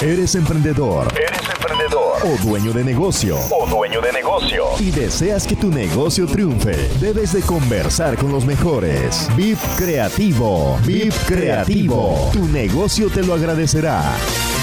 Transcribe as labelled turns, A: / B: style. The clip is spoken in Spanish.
A: ¿Eres emprendedor?
B: ¿Eres emprendedor
A: ¿O dueño de negocio?
B: o dueño de negocio?
A: y deseas que tu negocio triunfe, debes de conversar con los mejores. VIP Creativo, VIP Creativo, tu negocio te lo agradecerá.